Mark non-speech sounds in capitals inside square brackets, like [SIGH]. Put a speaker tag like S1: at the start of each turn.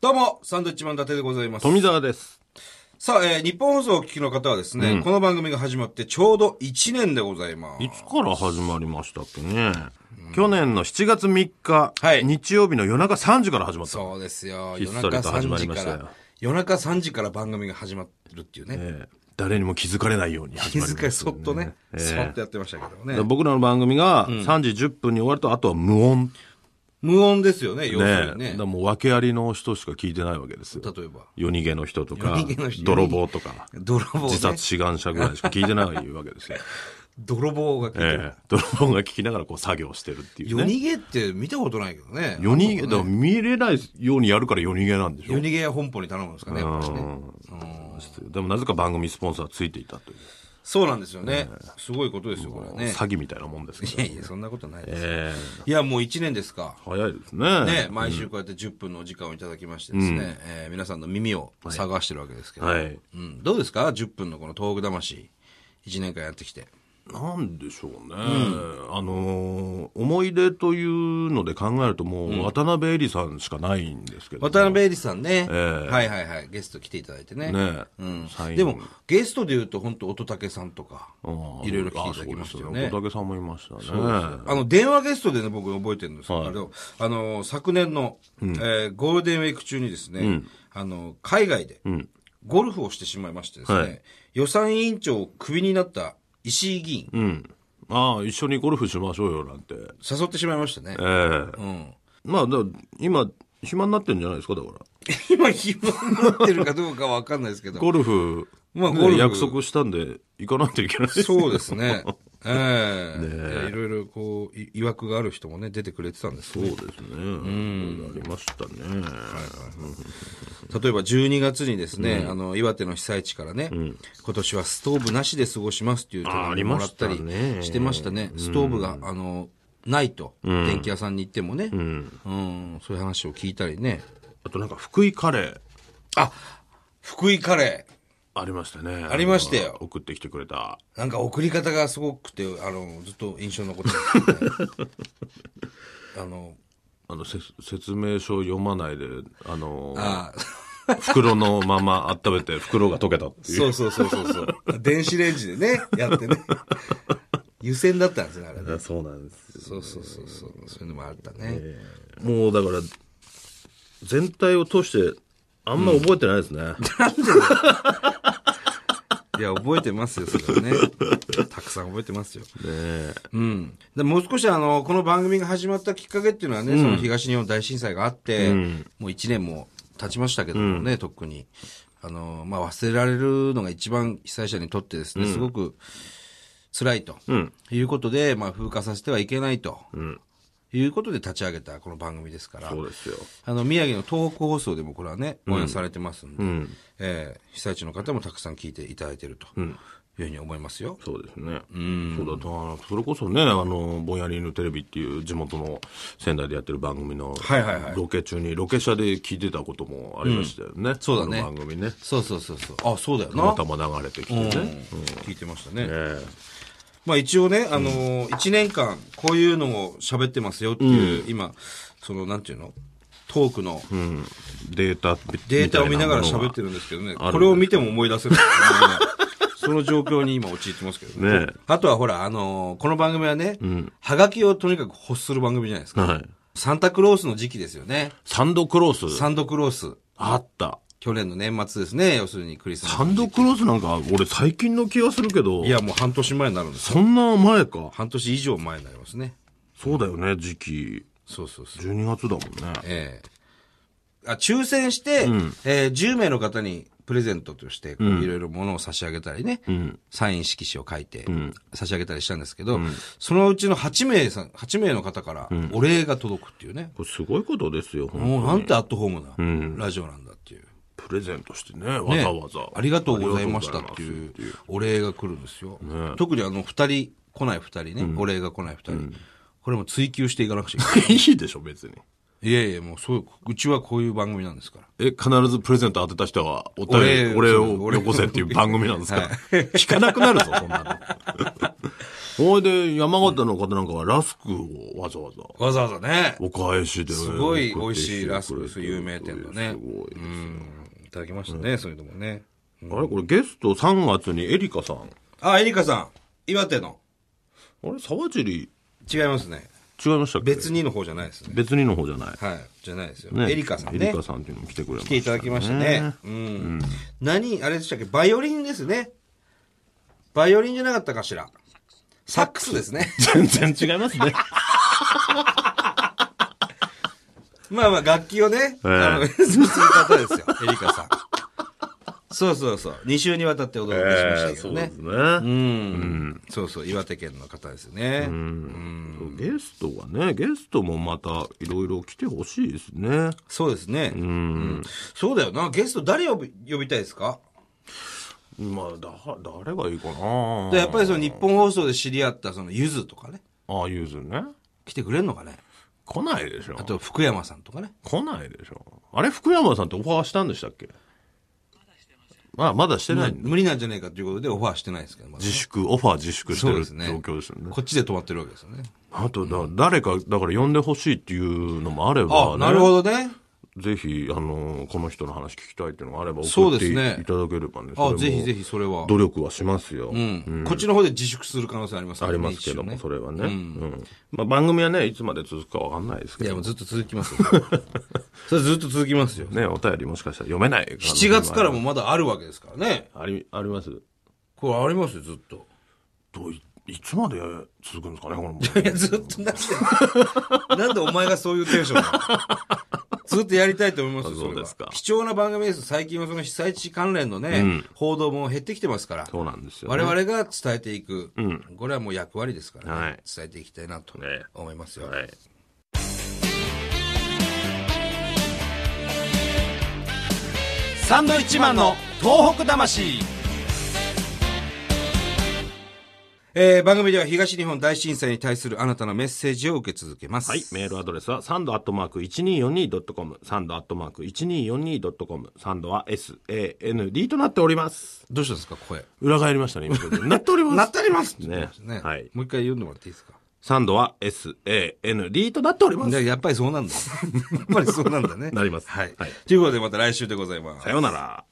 S1: どうも、サンドウィッチマン伊達でございます。
S2: 富澤です。
S1: さあ、えー日本放送をお聞きの方はですね、この番組が始まってちょうど1年でございます。
S2: いつから始まりましたっけね。去年の7月3日、
S1: はい
S2: 日曜日の夜中3時から始まった。
S1: そうですよ。
S2: ひっ
S1: 夜
S2: そ
S1: 中
S2: りと始
S1: 3
S2: ま
S1: 時
S2: りま
S1: か
S2: したよ
S1: ら、夜中3時から番組が始まるっていうね。
S2: ええ誰にも気づかれないように始
S1: 気
S2: まり
S1: づ
S2: ました、
S1: かれそっとね、
S2: ええ
S1: そっとやってましたけど
S2: だから
S1: ね。
S2: 僕らの番組が3時10分に終わると、あとは無音。
S1: 無音ですよね、要す
S2: ね
S1: るに
S2: ね
S1: ね。
S2: だからもう訳ありの人しか聞いてないわけですよ。
S1: 例えば、
S2: 夜逃げの人とか
S1: 夜逃げの、人
S2: 泥棒とか、
S1: 泥棒、ね。
S2: 自殺志願者ぐらいしか聞いてないわけで
S1: [LAUGHS]
S2: すよ。
S1: 泥棒が聞いてる。
S2: ええ泥棒が聞きながらこう作業してるっていう
S1: 夜
S2: ね。
S1: 逃げって見たことないけどね。
S2: 夜逃げ、だから見れないようにやるから夜逃げなんでしょ
S1: 夜逃げや本舗に頼むんですかね、やっぱりね。
S2: でもなぜか番組スポンサーついていたという、
S1: そうなんですよね。すごいことですよ、これはね。
S2: 詐欺みたいなもんですけど、
S1: いやいや、そんなことないです。
S2: え
S1: いや、もう1年ですか。
S2: ー早いですね
S1: ね、毎週こうやって10分のお時間をいただきましてですね、えー皆さんの耳を探してるわけですけど、
S2: はい
S1: うん、どうですか ?10 分のこの東北魂、1年間やってきて。
S2: なんでしょうね、あのー思い出というので考えるともう渡辺恵里さんしかないんですけど、
S1: 渡辺恵里さんね、
S2: ええ
S1: はいはいはい、ゲスト来ていただいてね。
S2: ね
S1: うん
S2: サイン
S1: でも、ゲストで言うと、本当乙武さんとか、
S2: うん
S1: いろいろ来ていただきましたよ
S2: あそうで
S1: ね
S2: すね。小竹さんもいましたね
S1: あの、電話ゲストでね、僕覚えてるんですけど、あの、昨年の、えーゴールデンウィーク中にですね、あの、海外で、ゴルフをしてしまいましてですね、
S2: はい
S1: 予算委員長をクビになった石井議員、
S2: うんああ一緒にゴルフしましょうよなんて
S1: 誘ってしまいましたね
S2: ええ。
S1: うん。
S2: まあだから今暇になってるんじゃないですかだから
S1: [LAUGHS] 今、暇になってるかどうかわかんないですけど、
S2: ゴルフ、
S1: まあ
S2: ね
S1: ゴルフ
S2: 約束したんで行かないといけないです
S1: そうですね。え [LAUGHS] えいやいろいろこう、い曰くがある人もね、出てくれてたんですけど
S2: そうですね。うん。ありましたね。
S1: 例えば12月にですね、あの、岩手の被災地からね、今年はストーブなしで過ごしますっていう手
S2: あーあ
S1: 紙
S2: り
S1: も
S2: ま
S1: らっ
S2: したた
S1: り
S2: ね
S1: してましたね。ストーブが、あの、ないと、電気屋さんに行ってもね、うん、そういう話を聞いたりね。
S2: あとなんか福井カレー
S1: あ、福井カレ
S2: ありましたね。あ
S1: りましたよ
S2: の送ってきてくれた。
S1: ー。なんか送り方がすごくて、あの、ずっと印象に残ってます、ね。あの、
S2: あの、せ説明書読まないで、あの、
S1: あー
S2: 袋のまま温めて袋が溶けたっていう。
S1: そうそうそうそうそう。電子レンジでね、やってね。湯煎だったんですね、あれね。
S2: あそうなんです。
S1: そうそうそうそう。そういうのもあったね。
S2: もうだから、全体を通して、あんま覚えてないですね。
S1: いや、覚えてますよ、それはね。たくさん覚えてますよ。
S2: ね
S1: うん。でもう少しあの、この番組が始まったきっかけっていうのはね、その東日本大震災があって、もう1年も経ちましたけどもね、とっくに。あの、まあ、忘れられるのが一番被災者にとってですね、すごく辛いと、いうことで、まあ、風化させてはいけないと、いうことで立ち上げたこの番組ですから。
S2: そうですよ。
S1: あの、宮城の東北放送でもこれはね、応援されてますんで、えー被災地の方もたくさん聞いていただいてるというふうに思いますよ。
S2: そうですね。そうだと、あのそれこそね、あの、ぼんやり犬テレビっていう地元の仙台でやってる番組の、
S1: はいはいはい
S2: ロケ中にロケ車で聞いてたこともありましたよね。
S1: そうだね
S2: この番組ね。
S1: そうそうそうそう。あ、そうだよ
S2: たま
S1: な。
S2: たま流れてきて
S1: うん
S2: ね。
S1: 聞いてましたね。
S2: え
S1: まあ一応ね、あのー、1年間こういうのを喋ってますよっていう、今、その、なんていうのトークの
S2: えデータ
S1: データを見ながら喋って
S2: る。
S1: るんですけどね、
S2: あるんです
S1: これを見ても思い [LAUGHS] 出せるんですよねその状況に今陥ってますけどね。
S2: ねえ
S1: あとはほら、あのーこの番組はね、はがきをとにかく欲する番組じゃないですか。
S2: はい。
S1: サンタクロースの時期ですよね。
S2: サンドクロース。
S1: サンドクロース。
S2: あった。
S1: 去年の年末ですね。要するにクリスマス。
S2: サンドクロースなんか、俺最近の気がするけど、
S1: いや、もう半年前になるんです。
S2: そんな前か。
S1: 半年以上前になりますね。
S2: そうだよね、時期。
S1: そうそうそう。
S2: 12月だもんね。
S1: ええあ抽選して、えー10名の方にプレゼントとして、こういろいろ物を差し上げたりね、サイン色紙を書いて、差し上げたりしたんですけど、そのうちの8名さん、8名の方からお礼が届くっていうね。
S2: これすごいことですよ、ほんと
S1: もうなんてアットホームな、ラジオなんだっていう。
S2: プレゼントしてね、わ
S1: ね
S2: ざわざ。
S1: ありがとうございましたっていうお礼が来るんですよ。特にあの、二人、 [LAUGHS] 来ない二人ね、お礼が来ない二人。これも追求していかなくちゃいけない。
S2: いいでしょ、別に。
S1: いやいや、もうそう、うちはこういう番組なんですから。
S2: え、必ずプレゼント当てた人は、お便
S1: 俺
S2: り、俺
S1: そう
S2: を
S1: 俺
S2: よこせっていう番組なんですか、聞かなくなるぞ、そんなの。 [LAUGHS] ほいで、山形の方なんかはラスクをわざわざ
S1: わざわざね。
S2: お返しで。す
S1: ごい美味しいラスクス有名店のね
S2: すごいですね。
S1: いただきましたね、そういうのもね。
S2: あれこれゲスト3月にエリカさん。
S1: あ、エリカさん。岩手の。
S2: あれ沢尻
S1: 違いますね。
S2: 違いましたっけ
S1: 別にの方じゃないですね。
S2: 別にの方じゃない。
S1: はい。じゃないですよ。
S2: ね
S1: エリカさん
S2: エ
S1: ね
S2: リ。カさんっていうのも来てくれまし
S1: 来
S2: た。
S1: て [LAUGHS] いただきましたね。うん。何、あれでしたっけバイオリンですね。バイオリンじゃなかったかしら。サックスですね。
S2: 全然違いますね。
S1: まあまあ、楽器をね、
S2: ええ
S1: あの、演奏する方です
S2: [LAUGHS]
S1: よ。エリカさん。そうそうそう。2週にわたってお届けしましたけど
S2: そうで
S1: ね
S2: す。
S1: う
S2: ね。
S1: ん。そうそう、岩手県の方ですよね。
S2: ゲストがね、ゲストもまたいろいろ来てほしいですね。
S1: そうですね。うんそうだよな。ゲスト誰呼び呼びたいですか
S2: まあ、だ、誰がいいかな
S1: でやっぱりその日本放送で知り合ったそのゆずとかね。
S2: ああ、ゆずね。
S1: 来てくれんのかね
S2: 来ないでしょ
S1: あ。と福山さんとかね。
S2: 来ないでしょ。あれ、福山さんってオファーしたんでしたっけまあ、まだしてないんだ。
S1: 無理なんじゃないかということでオファーしてないですけど、まだ
S2: 自粛、オファー自粛して
S1: そう
S2: る
S1: です
S2: 状
S1: ね
S2: 況ですよね。
S1: こっちで止まってるわけですよね。
S2: あとだ、誰か、だから呼んでほしいっていうのもあれば、
S1: あ、なるほどね。
S2: ど。ぜひ、あのーこの人の話聞きたいっていうのがあれば、
S1: そうで
S2: 送って
S1: す
S2: い,、
S1: ね
S2: ただければね。
S1: あ、
S2: それ
S1: ぜ
S2: も
S1: ひぜひそれは。
S2: 努力はしますよ。
S1: うん。こっちの方で自粛する可能性ありますか
S2: あ
S1: ら
S2: り
S1: ね
S2: ますけども、
S1: 一
S2: そ
S1: 瞬ね
S2: れはね。うん。まあ、番組はね、いつまで続くかわかんないですけ
S1: いや、
S2: ど。
S1: もうずっと続きますよ。 [LAUGHS] それはそれずっと続きますよ。
S2: ね、お便りもしかしたら読めない可能性
S1: 7
S2: もある
S1: 月からもまだあるわけですからね。
S2: あり、あります。
S1: これありますよ、ずっと。
S2: どうい、いつまで続くんですかね、この
S1: いや、ずっとなん [LAUGHS] で、なんでお前がそういうテンションなのずっとやりたいと思いますよ、
S2: あ
S1: それは
S2: そうですか
S1: 貴重な番組です。最近はその被災地関連のね、報道も減ってきてますから。
S2: [LAUGHS] そうなんですよ、
S1: 我
S2: ね。
S1: 々が伝えていく、これはもう役割ですからね、
S2: はい
S1: 伝えていきたいなと
S2: ね
S1: 思いますよ。
S2: はい。
S1: サンドイッチマンの東北魂えー、番組では東日本大震災に対するあなたのメッセージを受け続けます。
S2: はい。メールアドレスは、サンドアットマーク 1242.com、サンドアットマーク 1242.com、サンドは SAND となっております。
S1: どうしたんですか、声。
S2: 裏返りましたね、今。なっております。
S1: なっております
S2: ね。
S1: ね、
S2: はい。
S1: もう一回読んでもらっていいですか。
S2: サンドは SAND となっておりま
S1: じゃ
S2: す。
S1: あや
S2: [LAUGHS]
S1: っぱりそうなんだ。やっぱりそうなんだね。
S2: なります
S1: はい
S2: はい。
S1: ということでまた来週でございます
S2: さ。ようなら。